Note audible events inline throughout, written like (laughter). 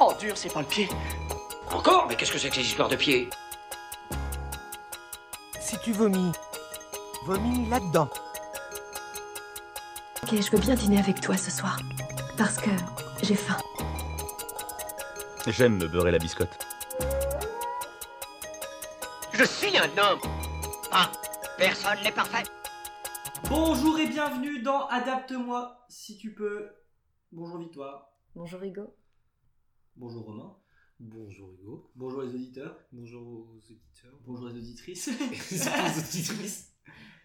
Oh, dur, c'est pas le pied. Encore Mais qu'est-ce que c'est que ces histoires de pieds Si tu vomis, vomis là-dedans. Ok, je veux bien dîner avec toi ce soir. Parce que j'ai faim. J'aime me beurrer la biscotte. Je suis un homme Ah Personne n'est parfait Bonjour et bienvenue dans Adapte-moi si tu peux. Bonjour Victoire. Bonjour Hugo. Bonjour Romain. Bonjour Hugo. Bonjour les auditeurs. Bonjour aux auditeurs. Bonjour les (laughs) auditrices. aux auditrices.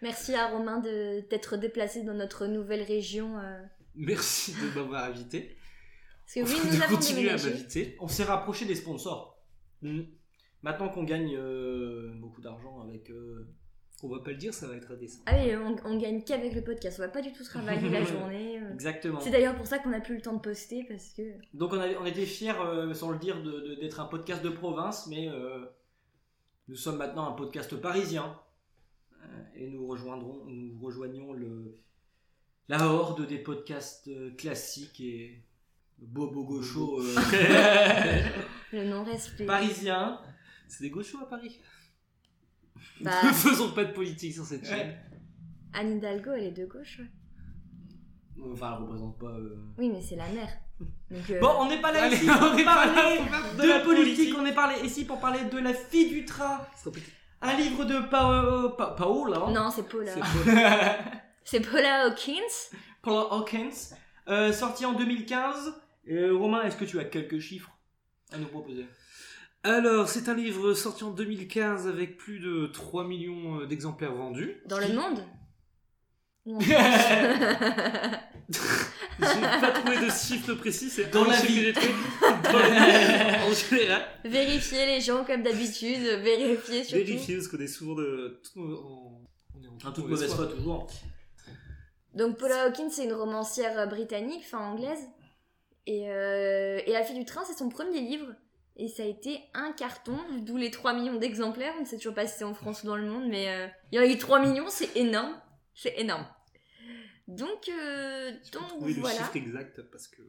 Merci à Romain de t'être déplacé dans notre nouvelle région. euh, Merci de m'avoir invité. Parce que oui, Enfin, nous de avons continuer à déménagé. m'inviter. Mm. On s'est rapproché des sponsors. Maintenant qu'on gagne euh, beaucoup d'argent avec. euh, On va pas le dire, ça va être indécent. Ah oui, on, on gagne qu'avec le podcast, on va pas du tout travailler (laughs) la journée. euh. Exactement. C'est d'ailleurs pour ça qu'on n'a plus le temps de poster parce que Donc on, avait- on était fiers, euh, sans le dire, de- de- d'être un podcast de province, mais euh, nous sommes maintenant un podcast parisien. Euh, et nous rejoindrons, nous rejoignons le, la horde des podcasts euh, classiques et bobo euh, gaucho (laughs) le non-respect. parisien. C'est des gauchos à Paris. Bah, (laughs) (laughs) Ne faisons pas de politique sur cette Ah. Ouais. chaîne. Anne Hidalgo, elle est de gauche. ouais. Enfin, elle représente pas. euh, Oui, mais c'est la mère. Donc, euh, Bon, on n'est pas là Allez, ici (laughs) on pour n'est pas parler là de politique, on est parlé ici pour parler de La fille du train, un livre de Paolo, Pa- Paola, hein Non, c'est Paula. C'est (laughs) pas- C'est Paula Hawkins. Paula Hawkins, euh, sorti en 2015. Euh, Romain, est-ce que tu as quelques chiffres à nous proposer Alors, c'est un livre sorti en 2015 avec plus de 3 millions euh, (laughs) d'exemplaires vendus. Dans le monde (laughs) Ou en France Dans J'ai pas trouvé de chiffre précis, c'est Dans un la chiffre vie. que j'ai trouvé. (laughs) Dans la vie, en général. Vérifiez les gens comme d'habitude, vérifiez surtout. Vérifiez, parce qu'on est souvent de. tout- en- on est en Un toute mauvaise foi, toujours. Donc Paula Hawkins, c'est une romancière euh, britannique, enfin anglaise. Et, euh, et La fille du train, c'est son premier livre. Et ça a été un carton, d'où les 3 millions d'exemplaires. On ne sait toujours pas si c'est en France ou dans le monde, mais euh, il y en a eu 3 millions, c'est énorme. C'est énorme. Donc, euh, donc Oui, le voilà. chiffre exact, parce que.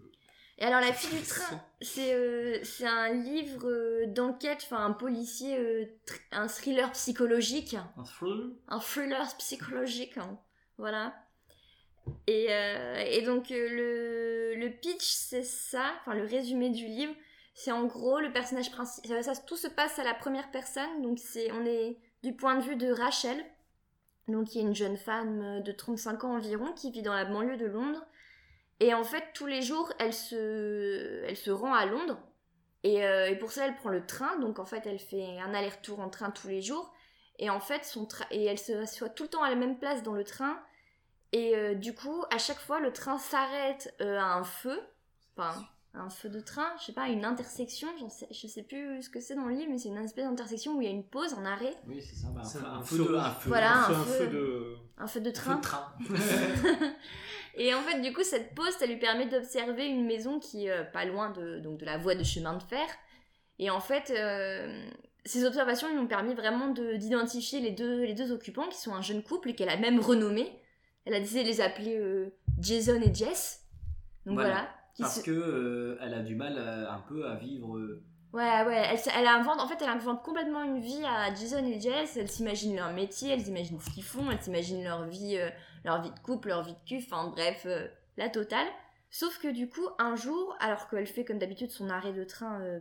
Et alors La fille du train, c'est euh, c'est un livre euh, d'enquête, enfin un policier, euh, thr- un thriller psychologique Un thriller un thriller psychologique. hein. Voilà. Et, euh, et donc, euh, le, le pitch, c'est ça, enfin, le résumé du livre. C'est en gros le personnage principal. Ça, ça- tout se passe à la première personne. Donc, c'est, on est du point de vue de Rachel, donc, qui est une jeune femme euh, de 35 ans environ, qui vit dans la banlieue de Londres. Et en fait, tous les jours, elle se, elle se rend à Londres. Et, euh, et pour ça, elle prend le train. Donc, en fait, elle fait un aller-retour en train tous les jours. Et en fait, son tra- et elle se assoit tout le temps à la même place dans le train. Et euh, du coup, à chaque fois, le train s'arrête euh, à un feu. Enfin, à un feu de train, je sais pas, à une intersection. j'en sais- je sais plus ce que c'est dans le livre, mais c'est une espèce d'intersection où il y a une pause, un arrêt, Oui, c'est ça. bah, C'est un, un feu feu de- rouge. un feu. Voilà, on un fait feu. de. un feu de un feu train. de train. (laughs) Et en fait, du coup, cette pause, ça lui permet d'observer une maison qui est euh, pas loin de, donc de la voie de chemin de fer. Et en fait, euh, ces observations lui ont permis vraiment de- d'identifier les deux, les deux occupants, qui sont un jeune couple et qu'elle a même renommé. Elle a décidé de les appeler euh, Jason et Jess. Donc Voilà. voilà. qui Parce se- que euh, elle a du mal euh, un peu à vivre. euh, Ouais, ouais, elle, s- elle invente, en fait, elle invente complètement une vie à Jason et Jess. Elle s'imagine leur métier, elle s'imagine ce qu'ils font, elle s'imagine leur vie, euh, leur vie de couple, leur vie de cul, enfin bref, euh, la totale. Sauf que du coup, un jour, alors qu'elle fait comme d'habitude son arrêt de train euh,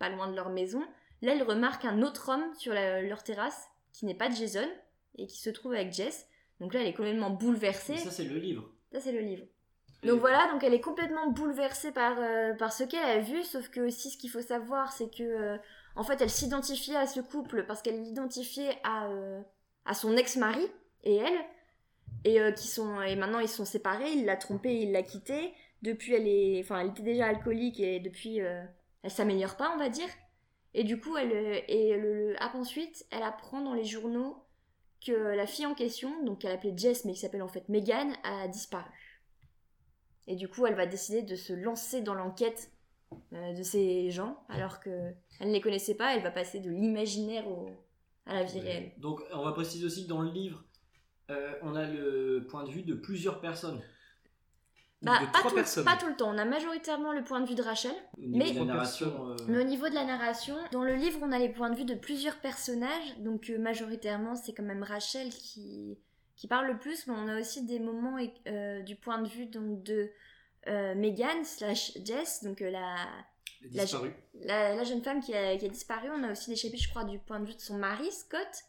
pas loin de leur maison, là, elle remarque un autre homme sur la- leur terrasse qui n'est pas Jason et qui se trouve avec Jess. Donc là, elle est complètement bouleversée. et Ça, c'est le livre. Ça, c'est le livre. Donc voilà, donc elle est complètement bouleversée par, euh, par ce qu'elle a vu, sauf que aussi ce qu'il faut savoir, c'est que euh, en fait elle s'identifiait à ce couple parce qu'elle l'identifiait à, euh, à son ex-mari et elle, et, euh, qui sont, et maintenant ils sont séparés, il l'a trompée, il l'a quittée, depuis elle est, enfin elle était déjà alcoolique et depuis euh, elle s'améliore pas, on va dire, et du coup elle, euh, et le, le- ah, ensuite elle apprend dans les journaux que la fille en question, donc qu'elle appelait Jess mais qui s'appelle en fait Megan, a disparu. Et du coup, elle va décider de se lancer dans l'enquête euh, de ces gens, alors que elle ne les connaissait pas. Elle va passer de l'imaginaire au- à la vie Ouais. réelle. Donc, on va préciser aussi que dans le livre, euh, on a le point de vue de plusieurs personnes. Bah, de pas, trois tout, personnes. pas tout le temps. On a majoritairement le point de vue de Rachel, Au niveau Mais- de la narration, euh, mais au niveau de la narration, dans le livre, on a les points de vue de plusieurs personnages. Donc, euh, majoritairement, c'est quand même Rachel qui, qui parle le plus, mais on a aussi des moments euh, du point de vue donc, de euh, Megan slash Jess, donc euh, la, la- disparu. la, la jeune femme qui a, qui a disparu. On a aussi des chapitres, je crois, du point de vue de son mari, Scott.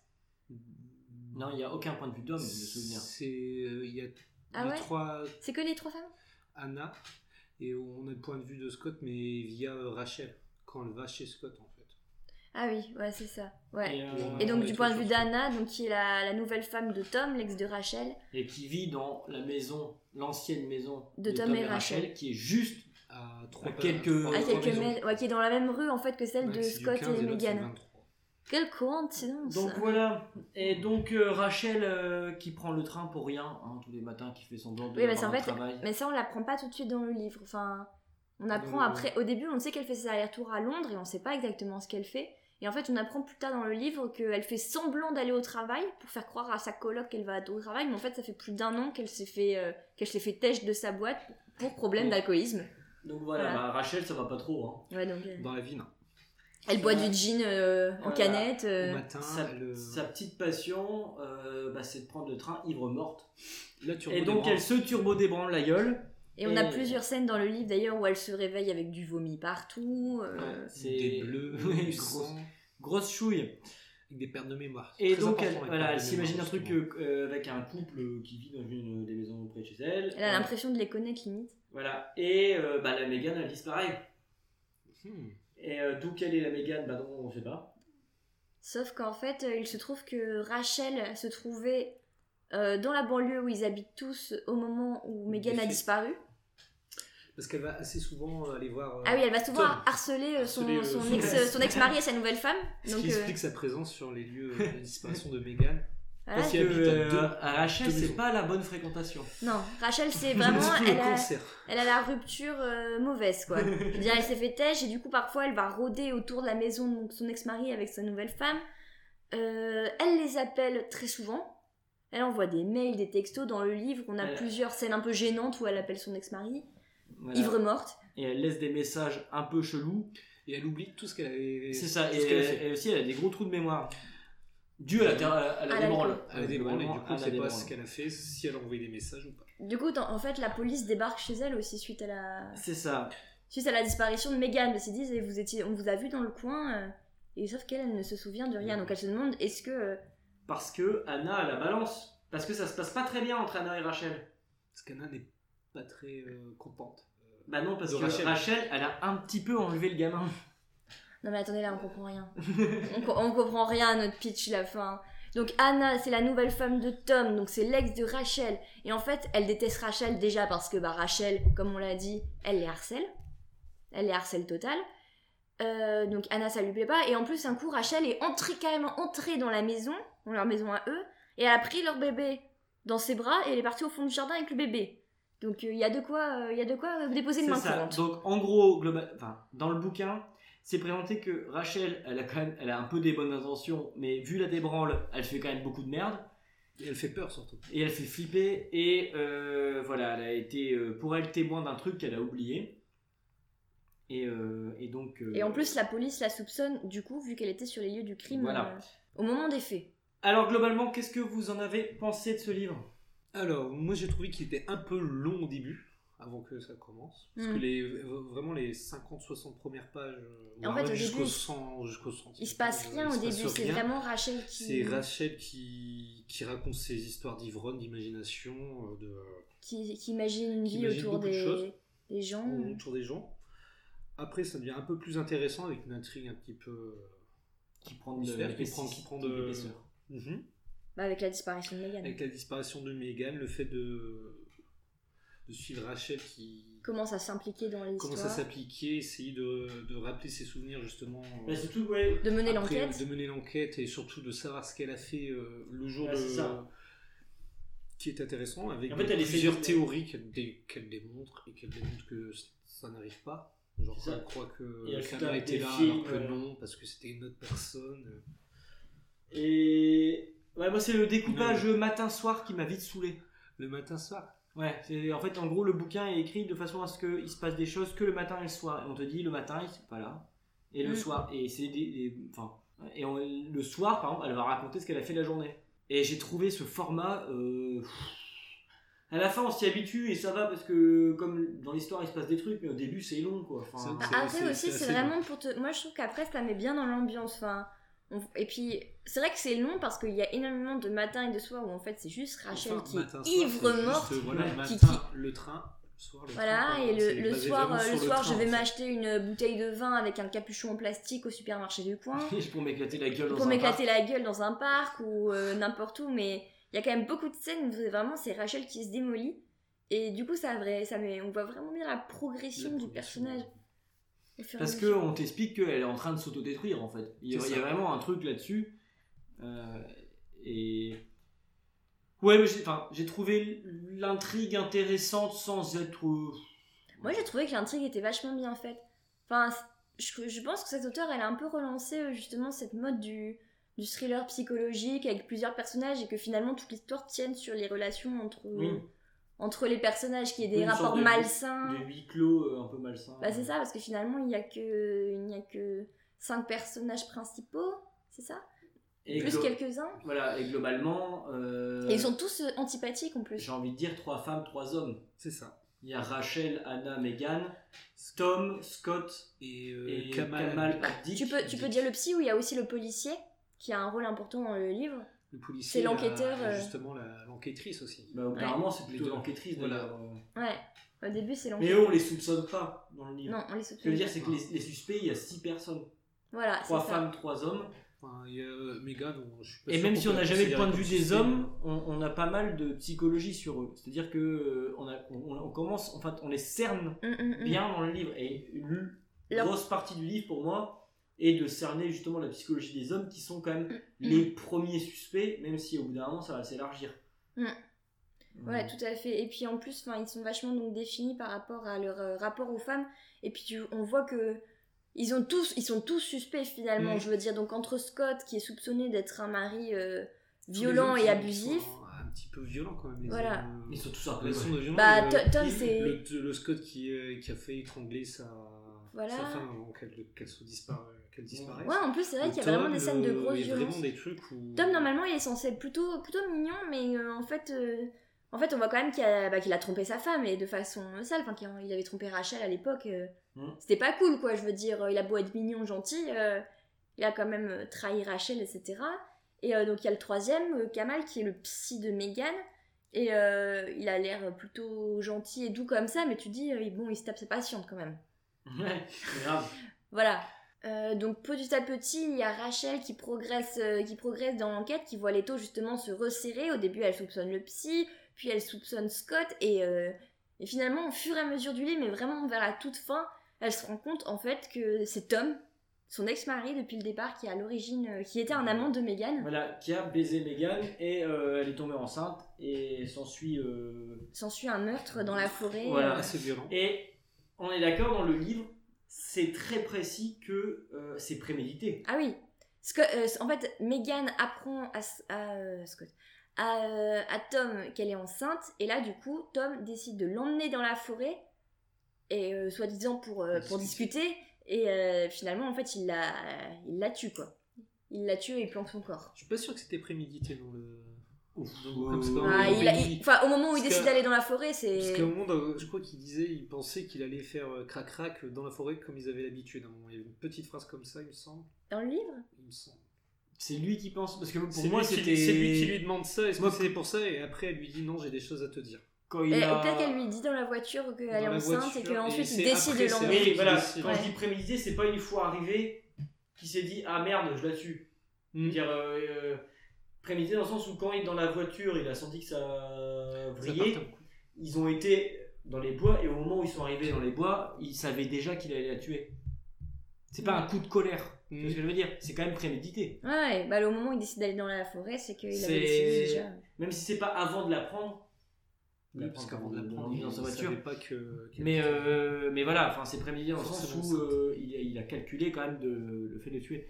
Non, il n'y a aucun point de vue d'homme, je me souviens. C'est euh, il y a Ah les ouais trois C'est que les trois femmes Anna et on a le point de vue de Scott mais via euh, Rachel quand elle va chez Scott en fait. Ah oui, ouais, c'est ça. Ouais. Et, euh, Et donc, ouais, du c'est point de sûr, vue ça. d'Anna, donc, qui est la, la nouvelle femme de Tom, l'ex de Rachel. et qui vit dans la maison, l'ancienne maison De Tom et Rachel. qui est juste À trois À quelques- trois- Ah, Ouais, trois quelques maisons. mails- ouais, qui est dans la même rue en fait que celle Ouais, de c'est du Scott 15 et l'autre, c'est le Megan. 23. Quelle coïncidence Donc voilà. Et donc euh, Rachel euh, qui prend le train pour rien, hein, tous les matins, qui fait son bord de Oui, mais c'est avoir en un fait- travail. Mais ça, on l'apprend pas tout de suite dans le livre. Enfin, on apprend le- après. Au début, on sait qu'elle fait ses allers-retours à Londres et on sait pas exactement ce qu'elle fait. Et en fait, on apprend plus tard dans le livre qu'elle fait semblant d'aller au travail pour faire croire à sa coloc qu'elle va au travail, mais en fait, ça fait plus d'un an qu'elle s'est fait euh, qu'elle s'est fait têche de sa boîte pour problème Oui. d'alcoolisme. Donc voilà, Voilà. bah, Rachel, ça va pas trop. hein. Ouais, donc euh, Dans la ville. hein. elle boit du gin euh, en Voilà. canette. Au euh, matin, sa, elle, euh, sa petite passion, euh, bah, c'est de prendre le train ivre morte. là tu Et donc elle se turbo débranle la gueule. Et on a Et- plusieurs scènes dans le livre d'ailleurs où elle se réveille avec du vomi partout. euh, C'est des (laughs) bleus, Ouais, du grosse, sang, grosse chouille. avec des pertes de mémoire. Et Très donc elle, important, les voilà, pertes elle de s'imagine un mémoire, truc justement. euh, avec un couple qui vit dans une euh, des maisons près de chez elle. Euh, Elle a l'impression de les connaître limite. Voilà. Et euh, bah, la Mégane, elle disparaît. Hmm. Et euh, d'où quelle est la Mégane Bah non, on sait pas. Sauf qu'en fait, euh, il se trouve que Rachel se trouvait euh, dans la banlieue où ils habitent tous au moment où Megan a Décès. disparu. Parce qu'elle va assez souvent euh, aller voir. euh, Ah oui, elle va souvent Tom. harceler euh, son, Harceler, euh, son son ex, ex. son ex-mari et sa nouvelle femme. Ce Donc qui euh, explique sa présence sur les lieux euh, de disparition de Megan. voilà. Parce qu'il habite à Euh, deux- à Rachel, deux c'est maisons. pas la bonne fréquentation. Non, Rachel, (laughs) c'est (laughs) C'est vraiment. surtout Elle le a, cancer. elle a la rupture euh, mauvaise, (laughs) quoi. Je veux dire, elle s'est fait têche et du coup, parfois, elle va rôder autour de la maison de donc, son ex-mari avec sa nouvelle femme. Euh, elle les appelle très souvent. Elle envoie des mails, des textos. Dans le livre, on a Elle- plusieurs scènes un peu gênantes où elle appelle son ex-mari, Voilà. ivre morte. Et elle laisse des messages un peu chelous. Et elle oublie tout ce qu'elle avait. C'est ça. tout Et, ce qu'elle a fait. et aussi, elle a des gros trous de mémoire. Dû à la, ter- à la À débranle. l'alcool. Elle a des branles et du coup, À on la sait pas débranle. ce qu'elle a fait, si elle a envoyé des messages ou pas. Du coup, t'en- en fait, la police débarque chez elle aussi suite à la, C'est ça. suite à la disparition de Megan. Ils se disent, eh, vous étiez, on vous a vu dans le coin. euh, Et sauf qu'elle, elle ne se souvient de rien. Donc elle se demande, est-ce que euh, Parce que Anna, elle la balance. Parce que ça se passe pas très bien entre Anna et Rachel. Parce qu'Anna n'est pas très euh, contente. Bah non, parce De que Rachel. Rachel. elle a un petit peu enlevé le gamin. Non mais attendez là, on comprend rien. on, co- on comprend rien à notre pitch la fin. Donc Anna, c'est la nouvelle femme de Tom, donc c'est l'ex de Rachel. Et en fait, elle déteste Rachel déjà parce que bah, Rachel, comme on l'a dit, elle les harcèle. Elle les harcèle total. Euh, donc Anna, ça lui plaît pas. Et en plus, un coup, Rachel est entrée carrément entrée dans la maison, dans leur maison à eux, et elle a pris leur bébé dans ses bras et elle est partie au fond du jardin avec le bébé. Donc il y a de quoi, euh, y a de quoi euh, déposer une C'est main ça. courante. Donc en gros, global... enfin, dans le bouquin, c'est présenté que Rachel, elle a quand même, elle a un peu des bonnes intentions, mais vu la débranle, elle fait quand même beaucoup de merde. Et elle fait peur surtout. Et elle fait flipper. Et euh, voilà, elle a été euh, pour elle témoin d'un truc qu'elle a oublié. Et, euh, et donc. euh, Et en plus, la police la soupçonne, du coup, vu qu'elle était sur les lieux du crime Voilà. euh, au moment des faits. Alors globalement, qu'est-ce que vous en avez pensé de ce livre Alors, moi j'ai trouvé qu'il était un peu long au début, avant que ça commence. Parce Mm. que les, v- vraiment les 50-60 premières pages, euh, En voire fait, même au jusqu'au début, 100, jusqu'au 100. Il se passe euh, rien il au se passe début, c'est rien. vraiment Rachel qui, C'est Rachel qui, qui raconte ses histoires d'ivrogne, d'imagination, euh, de, qui, qui imagine une qui vie imagine autour beaucoup de des, choses. des gens. autour des gens. Après, ça devient un peu plus intéressant avec une intrigue un petit peu. euh, Qui prend de Mystère, qui l'épaisseur- prend- qui prend de- l'épaisseur. mhm, Bah, avec la disparition de Megan. Avec la disparition de Megan, le fait de, de suivre Rachel qui Commence à s'impliquer dans les commence à histoires, s'appliquer, essayer de, de rappeler ses souvenirs justement. Bah, euh, c'est tout, ouais. de mener après, euh, l'enquête. De mener l'enquête et surtout de savoir ce qu'elle a fait euh, le jour Bah, Ouais, de. c'est ça. Qui est intéressant avec En fait, elle essaie plusieurs de- théories qu'elle dé- qu'elle démontre et qu'elle démontre que ça n'arrive pas. Genre, C'est ça. elle croit Et elle que se Kana tape était des là films, alors que euh. non, parce que c'était une autre personne. euh, Et ouais, moi c'est le découpage matin-soir qui m'a vite saoulé. Le matin soir. Ouais, c'est en fait en gros le bouquin est écrit de façon à ce qu'il se passe des choses que le matin et le soir. Et on te dit le matin il pas là et le Mm. soir et c'est des, des- enfin et on- le soir par exemple elle va raconter ce qu'elle a fait la journée. Et j'ai trouvé ce format euh, à la fin on s'y habitue et ça va parce que comme dans l'histoire il se passe des trucs mais au début c'est long quoi. Enfin, C'est- Bah, c'est- après c'est- aussi, c'est c'est assez vraiment pour te. Moi, je trouve qu'après, ça met bien dans l'ambiance. Enfin, on- Et puis, c'est vrai que c'est long parce qu'il y a énormément de matins et de soirs où en fait, c'est juste Rachel Enfin, qui matin, est soir, c'est ivre juste, morte. euh, voilà, ouais, le qui- matin, qui- le train, le soir, le train, Voilà, quoi. et C'est le, le basé soir, vraiment euh, sur le soir, train, je vais en fait. m'acheter une bouteille de vin avec un capuchon en plastique au supermarché du coin (laughs) pour m'éclater la gueule. dans pour un m'éclater la gueule dans un parc ou euh, n'importe où. Mais il y a quand même beaucoup de scènes où c'est vraiment c'est Rachel qui se démolit. Et du coup, ça, vrai- ça met- on voit vraiment bien la progression, La du progression. personnage. au fur et à Parce mesure. qu'on t'explique qu'elle est en train de s'autodétruire en fait. Il y, a, C'est il y ça. a vraiment un truc là-dessus. Euh, et. Ouais, mais j'ai enfin, j'ai trouvé l'intrigue intéressante sans être. euh, Moi, j'ai trouvé que l'intrigue était vachement bien faite. Enfin, c- je, je pense que cette auteure, elle a un peu relancé euh, justement cette mode du, du thriller psychologique avec plusieurs personnages et que finalement toute l'histoire tienne sur les relations entre, euh, Oui. entre les personnages, qu'il y ait des Une sorte rapports de- malsains. Des huis clos euh, un peu malsains. Ah. Bah, c'est ça, parce que finalement, il n'y a, que- il n'y a que cinq personnages principaux, c'est ça Et Plus glo- quelques-uns. Voilà, et globalement. euh, Et ils sont tous euh, antipathiques en plus. J'ai envie de dire trois femmes, trois hommes. C'est ça. Il y a Rachel, Anna, Megan, Tom, Scott Et, et Euh, Kamal, Kamal, Dick. Tu peux, tu peux dire le psy ou il y a aussi le policier qui a un rôle important dans le livre le policier, c'est l'enquêteur, la- euh. Justement, la- l'enquêtrice aussi. Bah, apparemment, c'est plutôt Les deux. l'enquêtrice Voilà. d'ailleurs, euh. Ouais, au début c'est Mais oh, l'enquête. eux, on les soupçonne pas dans le livre. Non, on les Ce que je soupçonne. veux pas. dire, c'est que les, les suspects, il y a 6 personnes. Voilà, Ah, c'est 3 ça. femmes, 3 hommes. Enfin, il y a euh, Megan, on- je suis Et pas sûr même qu'on si on peut n'a jamais le considérer point de comme vue des suspect, hommes, on, on a pas mal de psychologie sur eux. C'est-à-dire que euh, on, a- on- on commence, enfin, on les cerne Mm, mm, mm. bien dans le livre. Et une Leur- grosse partie du livre, pour moi, est de cerner justement la psychologie des hommes qui sont quand même Mm, les premiers suspects, même si au bout d'un moment, ça va s'élargir. Mm. Euh, Ouais, tout à fait. Et puis en plus, 'fin, ils sont vachement donc définis par rapport à leur euh, rapport aux femmes. Et puis tu- on voit que ils ont tous, ils sont tous suspects finalement. Mm. Je veux dire, donc entre Scott qui est soupçonné d'être un mari euh, tous les violent hommes et sont- abusif, sont Un petit peu violent quand même. les Voilà. hommes, euh, Ils sont tous un peu. La sonde de violon, bah le- To- Tom le- c'est euh, le, le Scott qui, euh, qui a fait étrangler sa, Voilà. sa femme avant qu'elle qu'elle se dispara- qu'elle disparaisse. ouais. En plus, c'est vrai Le qu'il y a vraiment Tom, des scènes de le- grosse il y a violence. vraiment des trucs où. Tom normalement il est censé être plutôt plutôt mignon mais euh, en fait euh, en fait on voit quand même qu'il a, bah, qu'il a trompé sa femme et de façon euh, sale enfin qu'il il avait trompé Rachel à l'époque euh, Mm. c'était pas cool quoi je veux dire euh, il a beau être mignon gentil euh, il a quand même euh, trahi Rachel etc et euh, donc il y a le troisième euh, Kamal qui est le psy de Megan et euh, il a l'air plutôt gentil et doux comme ça mais tu dis euh, bon il se tape ses patientes quand même Ouais, c'est grave. voilà. Euh, donc petit à petit, il y a Rachel qui progresse, euh, qui progresse dans l'enquête, qui voit les taux justement se resserrer. Au début, elle soupçonne le psy, puis elle soupçonne Scott, et, euh, et finalement, au fur et à mesure du livre, mais vraiment vers la toute fin, elle se rend compte en fait que c'est Tom, son ex-mari depuis le départ, qui est à l'origine, euh, qui était un amant de Meghan, Voilà, qui a baisé Megan et euh, elle est tombée enceinte et s'ensuit. euh, s'ensuit un meurtre dans la forêt. Voilà. assez violent. Et on est d'accord dans le livre, c'est très précis que euh, c'est prémédité. Ah oui. Sco- euh, en fait, Megan apprend à, S- à, euh, Scott- à, euh, à Tom qu'elle est enceinte, et là, du coup, Tom décide de l'emmener dans la forêt, et euh, soi-disant pour, euh, pour discuter, et euh, finalement, en fait, il la, il la tue, quoi. Il la tue et il plante son corps. Je suis pas sûr que c'était prémédité dans le. dans le Ouh. comme ça, dans Ah, le- il a- il- enfin, au moment où il Oh, Parce décide que- d'aller dans la forêt, c'est... Parce qu'au monde, euh, je crois qu'il disait, il pensait qu'il allait faire euh, crac-crac dans la forêt comme ils avaient l'habitude. à un moment. Il y avait une petite phrase comme ça, il me semble. Dans le livre Il me semble. C'est lui qui pense. Parce que C'est pour lui moi, qui- c'était. C'est lui qui lui demande ça, est-ce Moi, que c'est pour ça Et après, elle lui dit non, j'ai des choses à te dire. Quand il Et a- Peut-être Eh, qu'elle lui dit dans la voiture qu'elle Dans est la enceinte, et voiture, et qu'ensuite, il c'est décide après, de c'est l'emmener. Oui, voilà. Ouais. Quand je dis prémédité, c'est pas une fois arrivé qu'il s'est dit Ah merde, je la tue. Mm. Dire, euh, euh, prémédité dans le sens où quand il est dans la voiture, il a senti que ça Ça vrillait. part en couille. ils ont été dans les bois et au moment où ils sont arrivés dans les bois, ils savaient déjà qu'il allait la tuer. C'est pas un coup de colère. Tu vois ce que je veux dire C'est quand même prémédité. Ouais, bah, au moment où il décide d'aller dans la forêt, c'est qu'il C'est- avait décidé déjà... Même si c'est pas avant de la prendre. Oui, parce qu'avant de la prendre, il est il dans sa voiture. savait pas que. qu'elle Mais, était- euh, mais voilà, enfin, c'est prémédité dans le sens Forcément, où ça. euh, il, a, il a calculé quand même de, le fait de tuer.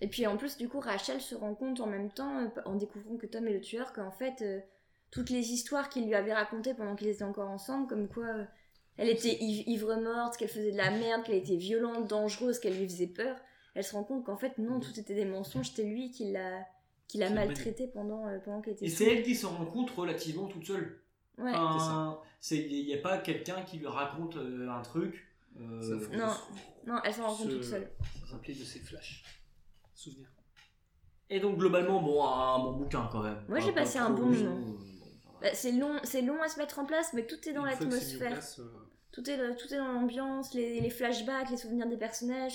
Et puis en plus, du coup, Rachel se rend compte en même temps, euh, en découvrant que Tom est le tueur, qu'en fait, euh, toutes les histoires qu'il lui avait racontées pendant qu'ils étaient encore ensemble, comme quoi euh, elle était iv- ivre-morte, qu'elle faisait de la merde, qu'elle était violente, dangereuse, qu'elle lui faisait peur. Elle se rend compte qu'en fait, non, tout était des mensonges, c'était lui qui l'a qui l'a Mm. Qui l'a maltraité pendant, euh, pendant qu'elle était Et c'est sous. elle qui s'en rend compte relativement toute seule. Ouais. Enfin, c'est- Il n'y a pas quelqu'un qui lui raconte euh, un truc. euh, Ça fout. Non, non, elle s'en rend compte Ce- toute seule. se rappeler de ses flashs. Souvenirs. Et donc globalement, bon, un bon bouquin quand même. Moi, j'ai Pas- passé pas un trop, bon mais- moment. Bah, c'est long, c'est long à se mettre en place, mais tout est dans Une fois que c'est mis en l'atmosphère. place, euh, Tout est, dans- tout est dans l'ambiance, les, les flashbacks, les souvenirs des personnages,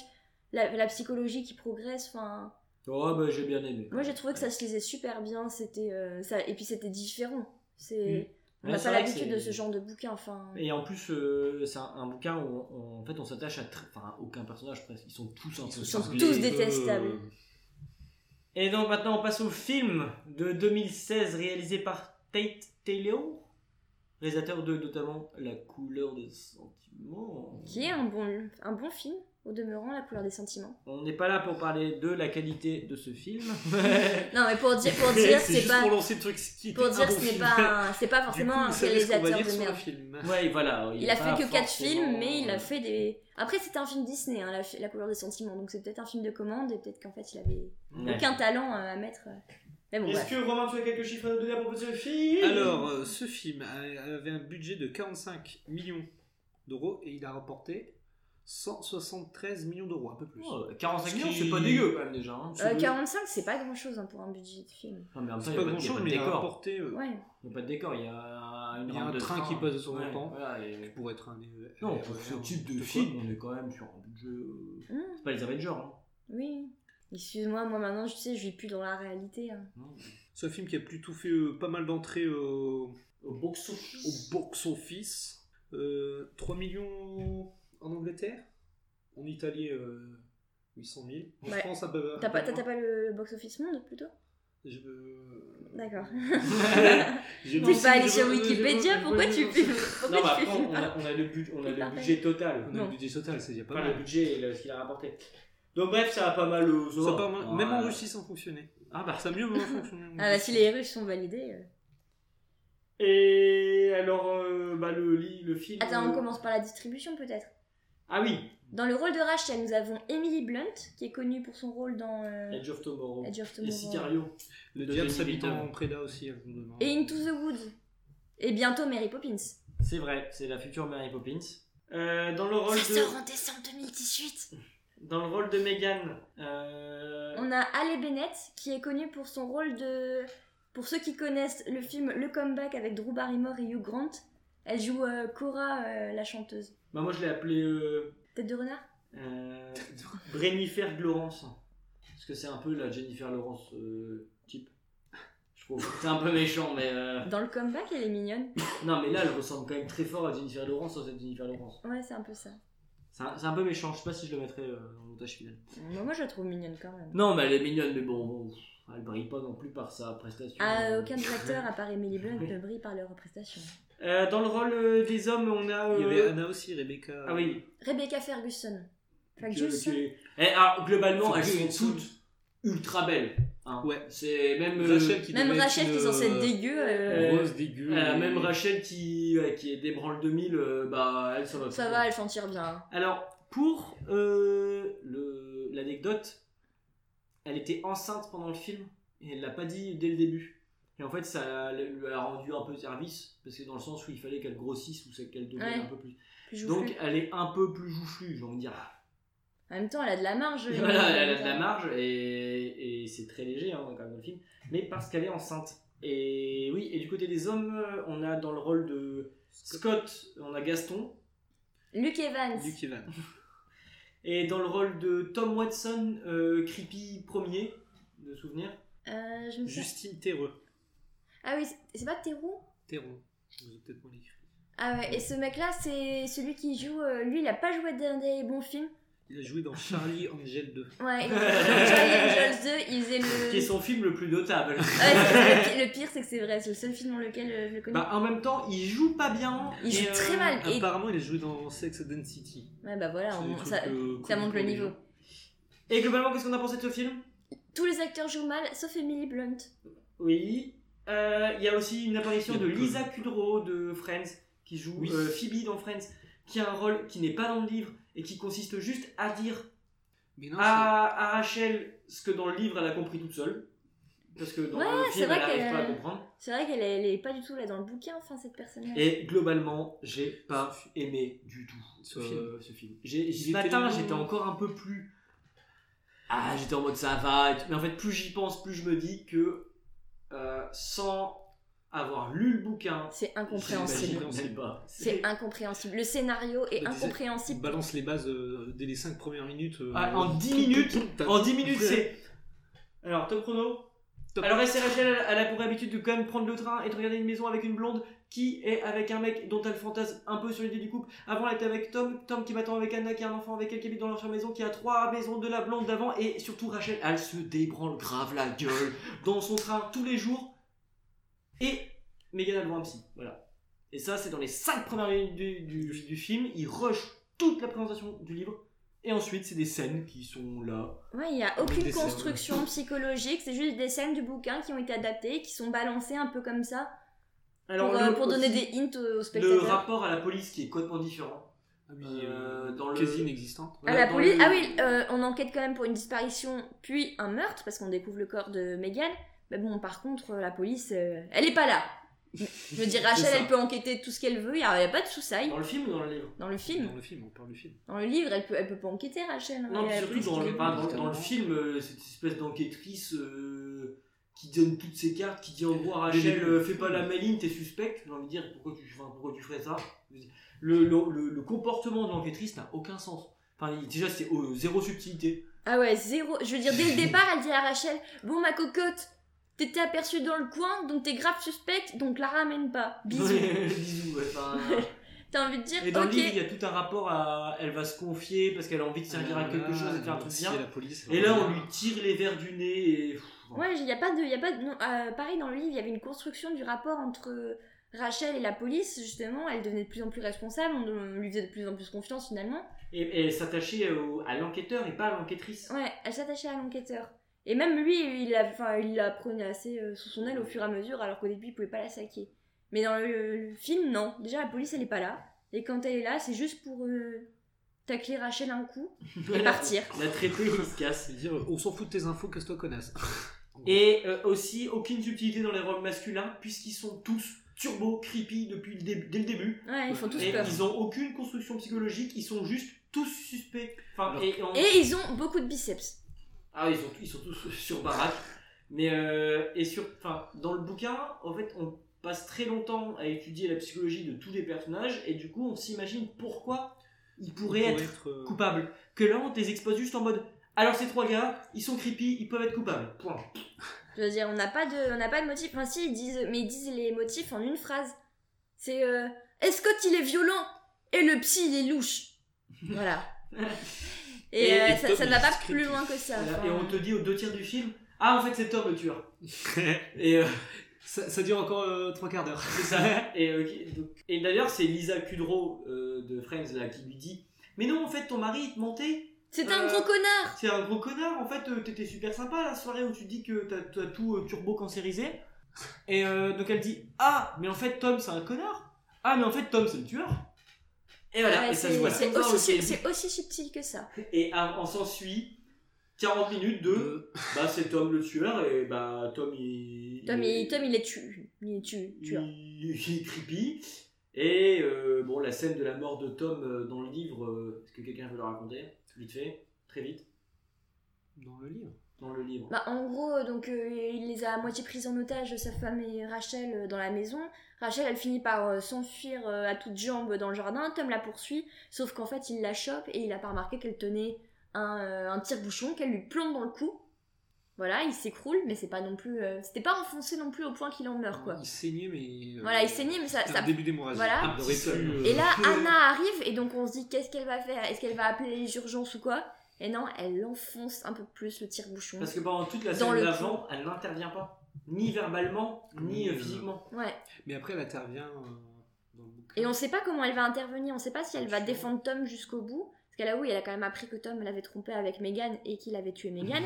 la, la psychologie qui progresse. Enfin, Ouais, bah, j'ai bien aimé. moi j'ai trouvé que ça se lisait super bien. C'était euh, ça, et puis c'était différent. C'est Mm. on Ouais, n'a c'est pas vrai que l'habitude c'est- de ce genre de bouquin. Enfin, Et en plus, euh, c'est un, un bouquin où on, on- en fait on s'attache à tr- enfin, à aucun personnage presque. Ils sont tous un peu sont cinglés. tous détestables. Euh, Et donc maintenant on passe au film de 2016 réalisé par Tate Taylor, réalisateur de notamment La couleur des sentiments. qui est un bon, un bon film au demeurant, La couleur des sentiments. On n'est pas là pour parler de la qualité de ce (laughs) film. Non, mais pour dire, pour dire, c'est c'est juste pas, pour lancer le truc ce qui était pour dire, un bon ce n'est film. pas, un- c'est pas Du coup, forcément un vous savez ce qu'on va réalisateur dire de sur merde. le film. (laughs) ouais, voilà. Il a est pas fait que 4 forcément- films, mais il euh, a fait des. Après, c'était un film Disney, hein, la, La couleur des sentiments, donc c'est peut-être un film de commande et peut-être qu'en fait il avait Ouais. aucun talent euh, à mettre. euh. Mais bon, bref. que Romain, tu as quelques chiffres à nous donner à propos de ce film Alors, euh, ce film a- avait un budget de 45 millions d'euros et il a rapporté 173 millions d'euros, un peu plus. Oh, 45 Ce millions, qui- c'est pas dégueu quand même déjà. hein. Euh, 45, c'est pas grand chose pour un budget de film. Non, mais en même temps, C'est il y a pas grand chose, mais il il n'y a a pas de décor. rapporté. euh, Ouais. Il n'y a pas de décor, il y a une Il y a rampe un de train qui passe de temps en temps. voilà, et- Pour être un. euh, Non, euh, pour ce un- type de quoi. film, on est quand même sur un budget. euh, Hum, C'est pas les Avengers. (laughs) Hein. oui. Excuse-moi, moi maintenant, je sais, je vis plus dans la réalité. hein. Non. C'est un film qui a plutôt fait euh, pas mal d'entrées euh, Au box au box-office. Euh, 3 millions en Angleterre. En Italie, euh, 800 000. En Ouais. France, un peu. un T'as peu pas, t'as- moins. t'as pas le box-office monde plutôt Je veux- (laughs) D'accord. Je T'es veux- pas allé je sur veux- je veux- Wikipédia, je veux- pourquoi je tu veux- fais Non, (laughs) pourquoi mais tu après, fais Ah, on a, on a le, but- on a C'est le parfait. budget total. On a Non. Ah, le budget total, c'est déjà pas Enfin, le mal. budget et le- ce qu'il a rapporté. Donc, bref, ça a pas mal. euh, ça Ça va. part- Ouais. Même en Russie, ça fonctionnait. Ah bah, ça a mieux fonctionné. en Ah bah si Russie. les Russes sont validés. euh. Et alors, euh, bah, le, li- le film. Attends, on euh, commence par la distribution peut-être. Ah oui, Dans le rôle de Rachel, nous avons Emily Blunt, qui est connue pour son rôle dans euh, Edge of Tomorrow. Edge of Et Tomorrow. Sicario. Le De diable Denis s'habite en Villeneuve. Preda aussi. hein, je me demande. Et Into the Woods. Et bientôt Mary Poppins. C'est vrai, c'est la future Mary Poppins. Euh, dans, le rôle Ça sort de, en décembre 2018. dans le rôle de Megan. euh, On a Ale Bennett, qui est connue pour son rôle de... Pour ceux qui connaissent le film Le Comeback avec Drew Barrymore et Hugh Grant, elle joue euh, Cora, euh, la chanteuse. bah, moi, je l'ai appelé euh, Tête de renard (laughs) euh, Brennifer Lawrence. Parce que c'est un peu la Jennifer Lawrence euh, type. Je trouve. C'est un peu méchant, mais. euh, Dans le comeback, elle est mignonne. Non, mais là, elle ressemble quand même très fort à Jennifer Lawrence sans cette Jennifer Lawrence. Ouais, c'est un peu ça. C'est un, c'est un peu méchant, je sais pas si je le mettrais euh, dans le montage final. Moi, moi, je la trouve mignonne quand même. Non, mais elle est mignonne, mais bon, bon, elle brille pas non plus par sa prestation. Ah, aucun des acteurs, à part Emily Blunt, ne brille par leur prestation. Euh, dans le rôle euh, des hommes, on a. euh, Il y avait Anna aussi, Rebecca. Ah oui. Rebecca Ferguson. Que- Ferguson que- Eh, alors, globalement, elles Ferguson. sont toutes ultra belles. hein. Ouais. C'est même. euh, Rachel qui Même devait être Rachel qui est une, censée être euh, dégueu. euh, euh, Grosse, dégueu. euh, et- même Rachel qui, ouais, qui est débranle 2000, euh, bah elle s'en va. Ça va, elle s'en tire bien. hein. Alors, pour euh, le- l'anecdote, elle était enceinte pendant le film et elle l'a pas dit dès le début. Et en fait, ça lui a rendu un peu service parce que dans le sens où il fallait qu'elle grossisse ou c'est qu'elle devienne Ouais. un peu plus. Plus joufflue. Donc, elle est un peu plus joufflue, j'ai envie de dire. En même temps, elle a de (laughs) la marge. Et euh, Voilà, elle a de euh, la marge et, et c'est très léger hein, quand même dans le film, mais parce qu'elle est enceinte. Et oui, et du côté des hommes, euh, on a dans le rôle de Scott, on a Gaston, Luke Evans. Luke Evan. et dans le rôle de Tom Watson, euh, creepy premier de souvenir. Euh, je me souviens- Justine Terreux. Ah oui, c'est- c'est pas Théroux Terron. Je vous ai peut-être mal écrit. Ah ouais, et ce mec-là, c'est celui qui joue. euh, lui, il a pas joué dans des bons films. Il a (laughs) joué dans Charlie Angel 2. (laughs) Ouais, il dans Charlie Angels 2, il faisait le. Qui est son film le plus (laughs) notable. Ouais, c'est- c'est- le pire, c'est que c'est vrai, c'est le seul film dans lequel euh, je le connais. Bah, en même temps, il joue pas bien. Il joue et, euh, très mal. Et- Apparemment, il a joué dans Sex and the City. ouais, bah voilà, C'est des on- trucs, ça, euh, ça monte le connus pour niveau. les gens. Et globalement, qu'est-ce qu'on a pensé de ce film Tous les acteurs jouent mal, sauf Emily Blunt. Oui. Euh, Il y a aussi une apparition Il y de a peu. Lisa Kudrow de Friends, qui joue Oui. euh, Phoebe dans Friends, qui a un rôle qui n'est pas dans le livre et qui consiste juste à dire Mais non, à, à Rachel ce que dans le livre elle a compris toute seule. Parce que dans Ouais, le c'est film, vrai elle n'arrive qu'elle- pas à comprendre. C'est vrai qu'elle est, elle est pas du tout là dans le bouquin, enfin, cette personne-là. Et globalement, j'ai pas aimé du tout Ce ce film. film. Euh, Ce film. J'ai- Il ce était- matin, j'étais encore un peu plus. Ah, j'étais en mode ça va. et tout. Mais en fait, plus j'y pense, plus je me dis que euh, sans avoir lu le bouquin, C'est J'imagine. incompréhensible. Incompréhensible. J'imagine pas. C'est incompréhensible. Le scénario est Bah, disais- c'est- incompréhensible. balance les bases euh, dès les 5 premières minutes. euh, Ah, en 10 tout, minutes, tout, tout, t'as- En 10 minutes, Après, c'est. (laughs) Alors, top chrono. Top. Alors, SRHL, elle- elle a pour habitude de quand même prendre le train et de regarder une maison avec une blonde qui est avec un mec dont elle fantasme un peu sur l'idée du couple. Avant, elle était avec Tom, Tom qui m'attend avec Anna, qui a un enfant avec elle, qui habite dans leur chambre maison, qui a trois maisons de la blonde d'avant, et surtout Rachel, elle se débranle grave la (laughs) gueule dans son train tous les jours. Et Megan, elle voit un psy. Voilà. Et ça, c'est dans les 5 premières minutes du, du- du film. Il rush toute la présentation du livre. Et ensuite, c'est des scènes qui sont là. Ouais, il n'y a Avec aucune des scènes. construction psychologique, c'est juste des scènes du bouquin qui ont été adaptées, qui sont balancées un peu comme ça, Alors, pour, euh, le- pour donner aussi, des hints aux aux Le spectateurs. rapport à la police qui est complètement différent. Ah oui, euh, Euh, dans le- quasi inexistante. À la Dans police. le- Ah oui, euh, on enquête quand même pour une disparition, puis un meurtre, parce qu'on découvre le corps de Megan. Mais bon, par contre, euh, la police, euh, elle est pas là. Je (laughs) veux dire, Rachel, elle peut enquêter tout ce qu'elle veut, il n'y a, y a pas de soussaille. Dans le film ou dans le livre Dans le Dans film, le film, on parle du film. dans le livre, elle peut, elle peut pas enquêter, Rachel. hein, Non, il y puis a la surtout police dans qui le, les- enfin, dans, dans le littéralement. film, euh, cette espèce d'enquêtrice euh, qui donne toutes ses cartes, qui dit en gros à Rachel, Mais- euh, fais pas la maline, t'es suspect. J'ai envie de dire, pourquoi tu, enfin, pourquoi tu ferais ça le, le, le- le comportement de l'enquêtrice n'a aucun sens. Enfin, il- déjà, c'est euh, zéro subtilité. Ah ouais, zéro. Je veux dire, dès le départ, elle dit à Rachel Bon, ma cocotte, t'étais aperçue dans le coin, donc t'es grave suspecte, donc la ramène pas. Bisous. (laughs) Bisous, ouais, enfin, T'as envie de dire Et dans le livre, il (laughs) Ok. y a tout un rapport à. Elle va se confier parce qu'elle a envie de servir Ah à quelque chose et de faire un truc Si bien. elle a la police, euh, Et là, on lui tire les verres du nez et. pff, voilà. Ouais, il n'y a pas de. Y a pas de non, euh, pareil, dans le livre, il y avait une construction du rapport entre Rachel et la police, justement. Elle devenait de plus en plus responsable, on, on lui faisait de plus en plus confiance finalement. Et, et s'attacher au- à l'enquêteur et pas à l'enquêtrice. Ouais, elle s'attachait à l'enquêteur. Et même lui, il la, enfin, il la prenait assez euh, sous son aile au fur et à mesure, alors qu'au début, il pouvait pas la saquer. Mais dans le, le film, non. Déjà, la police, elle est pas là. Et quand elle est là, c'est juste pour euh, tacler Rachel un coup (laughs) et partir. La traiter efficace. (laughs) C'est dire, on s'en fout de tes infos, casse-toi connasse. Et euh, aussi, aucune subtilité dans les rôles masculins, puisqu'ils sont tous turbo creepy depuis le dé- dès le début. Ouais, ils font tous Et peur. ils ont aucune construction psychologique, ils sont juste tous suspects. Enfin, Alors- et on- Et ils ont beaucoup de biceps. Ah, ils sont, ils sont tous (laughs) sur baraque. Mais euh, et sur, enfin, dans le bouquin, en fait, on passe très longtemps à étudier la psychologie de tous les personnages et du coup, on s'imagine pourquoi ils pourraient Pour être euh, coupables. Que là, on te les expose juste en mode. Alors ces trois gars, ils sont creepy, ils peuvent être coupables. Point. Je veux dire, on n'a pas de, on n'a pas de motif. Enfin, si, ils disent, mais ils disent les motifs en une phrase. C'est euh, Et Scott, il est violent et le psy, il est louche. Voilà. (laughs) Et, Et- euh, et ça- Tom, ça ne il va est pas discret. plus loin que ça. Voilà. enfin. Et on te dit aux deux tiers du film, ah en fait c'est Tom le (laughs) tueur. et euh, ça, ça dure encore euh, trois quarts d'heure. c'est (laughs) ça. Et, euh, qui- donc- et d'ailleurs c'est Lisa Kudrow euh, de Friends là qui lui dit, mais non en fait ton mari il te mentait. C'est un Euh, gros connard C'est un gros connard, en fait, euh, t'étais super sympa la soirée où tu dis que t'as t'as tout turbo-cancérisé. Et euh, donc elle dit Ah, mais en fait, Tom, c'est un connard. Ah, mais en fait, Tom, c'est le tueur. Et voilà, Ouais, Ah, et ça c'est- se voit. c'est là. aussi, su- c'est aussi subtil que ça. Et ah, on s'ensuit 40 minutes de Euh, Bah, c'est Tom le tueur, et bah, Tom, il. Tom, il, il- Tom, il est tu, il est tu, tu vois. il- il est creepy. Et euh, bon, la scène de la mort de Tom euh, dans le livre, euh, est-ce que quelqu'un veut la raconter Vite fait, très vite, Dans le livre. dans le livre. Bah, en gros, donc euh, il les a à moitié pris en otage, sa femme et Rachel, euh, dans la maison. Rachel, elle finit par euh, s'enfuir euh, à toutes jambes dans le jardin. Tom la poursuit, sauf qu'en fait, il la chope et il a pas remarqué qu'elle tenait un, euh, un tire-bouchon qu'elle lui plombe dans le cou. Voilà, il s'écroule, mais c'est pas non plus. euh, C'était pas enfoncé non plus au point qu'il en meurt, Ah, quoi. Il saignait, mais. euh, Voilà, il saignait, mais ça, c'était ça un début d'hémorragie. voilà. Il aurait pu, euh, Et là, Anna arrive et donc on se dit qu'est-ce qu'elle va faire Est-ce qu'elle va appeler les urgences ou quoi Et non, elle enfonce un peu plus le tire-bouchon. Parce que pendant toute la Dans scène le d'avant, elle n'intervient pas. Ni verbalement, ni Ni, euh, euh, physiquement. Ouais. Mais après, elle intervient euh, dans le bouquin. Et on sait pas comment elle va intervenir, on sait pas si elle va Franchement. défendre Tom jusqu'au bout. Parce qu'elle a oui, elle a quand même appris que Tom l'avait trompé avec Megan et qu'il avait tué Megan.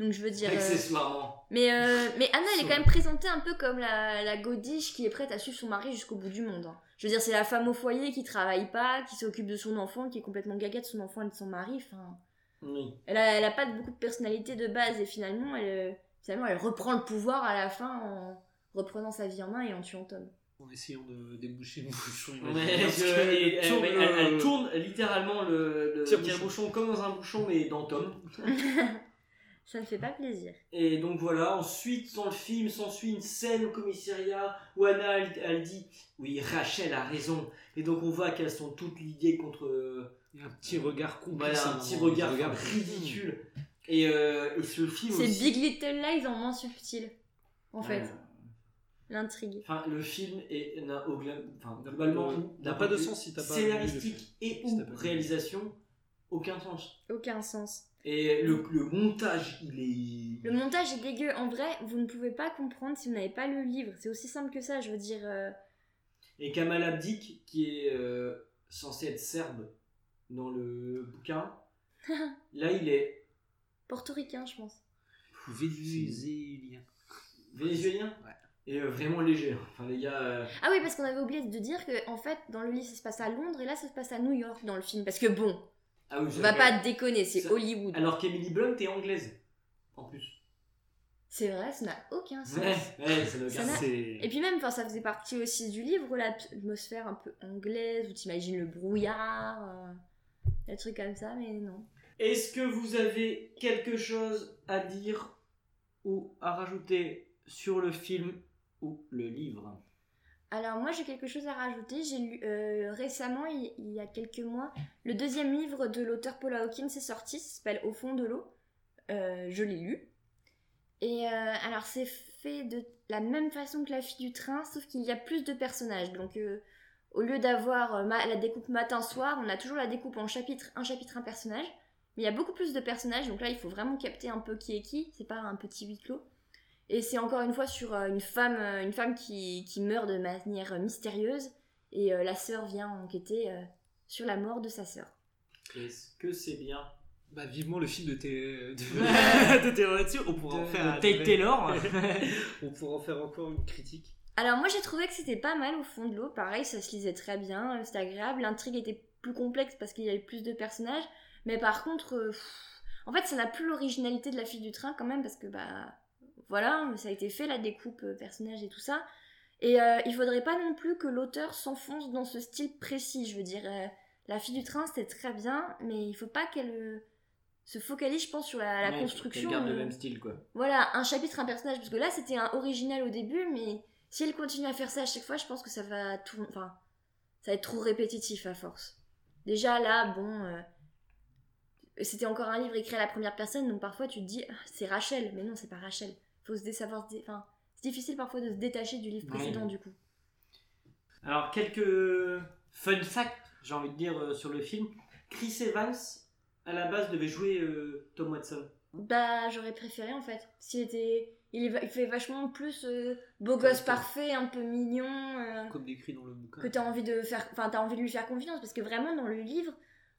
Donc je veux dire. euh, Accessoirement. Mais, euh, mais Anna, elle est Sauf- quand même présentée un peu comme la, la godiche qui est prête à suivre son mari jusqu'au bout du monde. hein. Je veux dire, c'est la femme au foyer qui travaille pas, qui s'occupe de son enfant, qui est complètement gaga de son enfant et de son mari. Enfin, Oui. elle, a, elle a pas de- beaucoup de personnalité de base et finalement elle, euh, finalement, elle reprend le pouvoir à la fin en reprenant sa vie en main et en tuant Tom. En essayant de déboucher le bouchon. Mais Parce je- que elle, elle- tourne euh, elle- le- elle (laughs) tourne littéralement le, le Tire-bouchon. tire-bouchon comme dans un bouchon, mais dans Tom. Ça ne fait pas plaisir. Et donc voilà, ensuite dans le film s'ensuit une scène au commissariat où Anna elle, elle dit Oui, Rachel a raison. Et donc on voit qu'elles sont toutes liées contre euh, Il y a un petit regard complice. voilà, hein, un petit dans- regard dans le ridicule. Hmm. Et, euh, et ce film. C'est aussi- Big Little Lies en moins subtil, en fait, Ouais. l'intrigue. Enfin, le film est, n'a, au gla- enfin, globalement Euh, n'a d'un pas de point vue sens si t'as pas vu le Scénaristique et Si ou t'as pas vu. réalisation, aucun sens. Aucun sens. Et le, le montage, il est. Le montage est dégueu. En vrai, vous ne pouvez pas comprendre si vous n'avez pas le livre. C'est aussi simple que ça, je veux dire. euh, Et Kamal Abdik, qui est euh, censé être serbe dans le (laughs) bouquin, là il est portoricain, je pense. Vénézuélien. vénézuélien et euh, vraiment léger. Enfin les gars, euh, Ah oui, parce qu'on avait oublié de dire que, en fait, dans le livre, ça se passe à Londres et là, ça se passe à New York dans le film. Parce que bon, ah oui, on ça va fait- pas déconner, c'est Ça- Hollywood. Alors qu'Emily Blunt est anglaise, en plus. C'est vrai, ça n'a aucun sens. Ouais, ouais, ça n'a aucun Ça n'a- sens. Et puis même, enfin, ça faisait partie aussi du livre, l'atmosphère un peu anglaise, où t'imagines le brouillard, euh, des trucs comme ça, mais non. Est-ce que vous avez quelque chose à dire ou à rajouter sur le film ou le livre (laughs) Alors moi, j'ai quelque chose à rajouter. J'ai lu euh, récemment, il, il y a quelques mois, le deuxième livre de l'auteur Paula Hawkins est sorti, ça s'appelle Au fond de l'eau. Euh, je l'ai lu. Et euh, alors, c'est fait de la même façon que La fille du train, sauf qu'il y a plus de personnages. Donc, euh, au lieu d'avoir euh, ma- la découpe matin-soir, on a toujours la découpe en chapitre, un chapitre, un personnage. Mais il y a beaucoup plus de personnages, donc là, il faut vraiment capter un peu qui est qui. C'est pas un petit huis clos. Et c'est encore une fois sur euh, une femme, euh, une femme qui, qui meurt de manière euh, mystérieuse. Et euh, la sœur vient enquêter euh, sur la mort de sa sœur. Est-ce que c'est bien Bah, vivement le film de tes. de, de Taylor là-dessus. (laughs) On pourra en faire. un- Tate Taylor (laughs) On pourra en faire encore une critique. Alors moi j'ai trouvé que c'était pas mal au fond de l'eau, pareil ça se lisait très bien, euh, c'était agréable, l'intrigue était plus complexe parce qu'il y avait plus de personnages, mais par contre, euh, pff, en fait ça n'a plus l'originalité de la fille du train quand même parce que bah voilà, ça a été fait la découpe euh, personnage et tout ça, et euh, il faudrait pas non plus que l'auteur s'enfonce dans ce style précis, je veux dire, euh, la fille du train c'était très bien, mais il faut pas qu'elle euh, se focalise je pense sur la, la construction. garde le euh, même style quoi. voilà, un chapitre, un personnage, parce que là c'était un original au début, mais si elle continue à faire ça à chaque fois, je pense que ça va tout, enfin, ça va être trop répétitif à force. Déjà là, bon, euh, c'était encore un livre écrit à la première personne, donc parfois tu te dis Ah, c'est Rachel, mais non c'est pas Rachel. Faut se dé- savoir, se dé- enfin, c'est difficile parfois de se détacher du livre Ouais. précédent du coup. Alors, quelques fun facts, j'ai envie de dire, euh, sur le film. Chris Evans, à la base, devait jouer euh, Tom Watson. Bah j'aurais préféré en fait, s'il était, il, est va- il fait vachement plus euh, beau gosse Ouais. parfait, un peu mignon. euh, Comme décrit dans le bouquin. que t'as envie de faire enfin t'as envie de lui faire confiance parce que vraiment dans le livre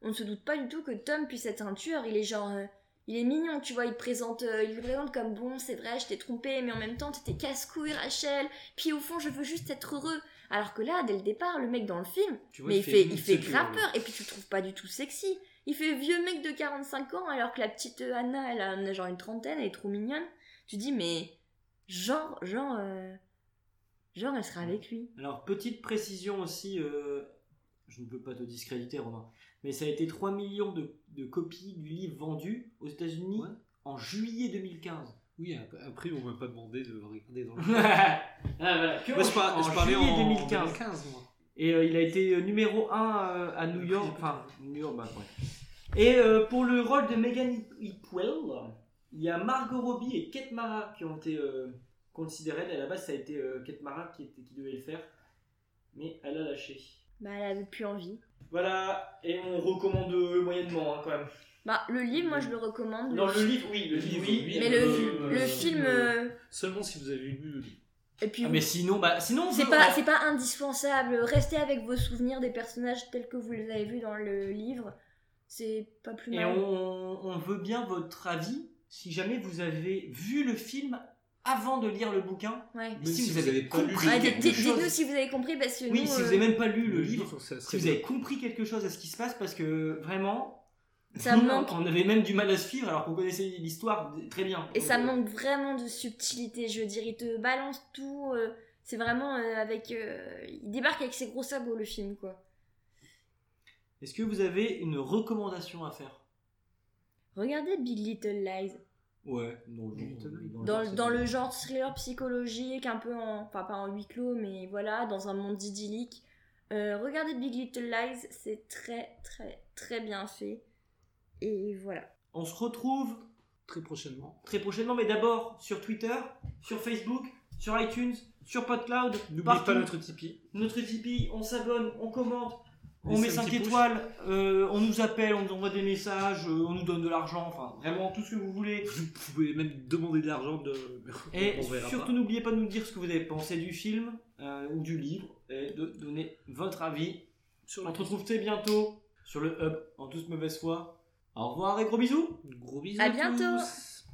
on ne se doute pas du tout que Tom puisse être un tueur il est genre euh, il est mignon tu vois il te présente euh, il le présente comme bon c'est vrai je t'ai trompé mais en même temps t'étais casse couille Rachel puis au fond je veux juste être heureux alors que là dès le départ le mec dans le film Tu vois, mais il fait il fait c'est grave que- peur et puis tu le trouves pas du tout sexy il fait vieux mec de 45 ans alors que la petite euh, Anna elle a genre une trentaine elle est trop mignonne tu dis mais genre genre euh, genre elle sera avec lui Alors, petite précision aussi, euh, je ne peux pas te discréditer, Romain, mais ça a été 3 millions de, de copies du livre vendu aux États-Unis Ouais. en juillet (laughs) 2015. Oui, ap- après, on m'a pas demandé de regarder dans le. Ah, voilà, que Moi, en- je, par- en je parlais juillet en 2015. 2015, moi. Et euh, il a été euh, numéro 1 à New York. Enfin, New York, bah, ouais. Et euh, pour le rôle de Megan Hipwell, il y a Margot Robbie et Kate Mara qui ont été euh, considérées. À la base, ça a été euh, Kate Mara qui, était- qui devait le faire. Mais elle a lâché. bah elle avait plus envie Voilà, et on recommande euh, moyennement hein, quand même. Bah, le livre, moi, je le recommande. Non, le livre, oui, le Le livre, livre, oui. oui, Mais euh, le, euh, le euh, film. euh, euh, Seulement si vous avez lu le livre. Et puis, Ah, mais sinon, bah, sinon c'est on- pas, c'est pas indispensable. Restez avec vos souvenirs des personnages tels que vous les avez vus dans le livre. C'est pas plus Et mal. on, on veut bien votre avis si jamais vous avez vu le film avant de lire le bouquin. Ouais. Même si vous avez pas lu le compris Ah, livre. d- quelque d- chose. Dites-nous si vous avez compris parce que Oui, nous, si vous euh, avez même pas lu le livre, ça si serait vous avez compris quelque chose à ce qui se passe, parce que vraiment, Ça nous, manque. on avait même du mal à suivre alors qu'on connaissait l'histoire d- très bien. Et ça Donc, manque vraiment de subtilité, je veux dire, il te balance tout. euh, c'est vraiment euh, avec. euh, il débarque avec ses gros sabots le film, quoi. Est-ce que vous avez une recommandation à faire Regardez Big Little Lies. Ouais, dans le Little Lies. Dans, le- dans le genre thriller psychologique, un peu en. Enfin, pas en huis clos, mais voilà, dans un monde idyllique. Euh, regardez Big Little Lies, c'est très, très, très bien fait. Et voilà. On se retrouve très prochainement. très prochainement, mais d'abord sur Twitter, sur Facebook, sur iTunes, sur PodCloud, N'oubliez partout. pas notre Tipeee. notre Tipeee, on s'abonne, on commente, on Laissez met un 5 petit pouce. étoiles, euh, on nous appelle, on nous envoie des messages, euh, on nous donne de l'argent, enfin vraiment tout ce que vous voulez. Vous pouvez même demander de l'argent de. Et (laughs) on verra surtout pas. n'oubliez pas de nous dire ce que vous avez pensé du film euh, ou du livre et de donner votre avis. sur On la se retrouve très bientôt sur le hub en toute mauvaise foi. Au revoir et gros bisous Gros bisous. À bientôt. tous.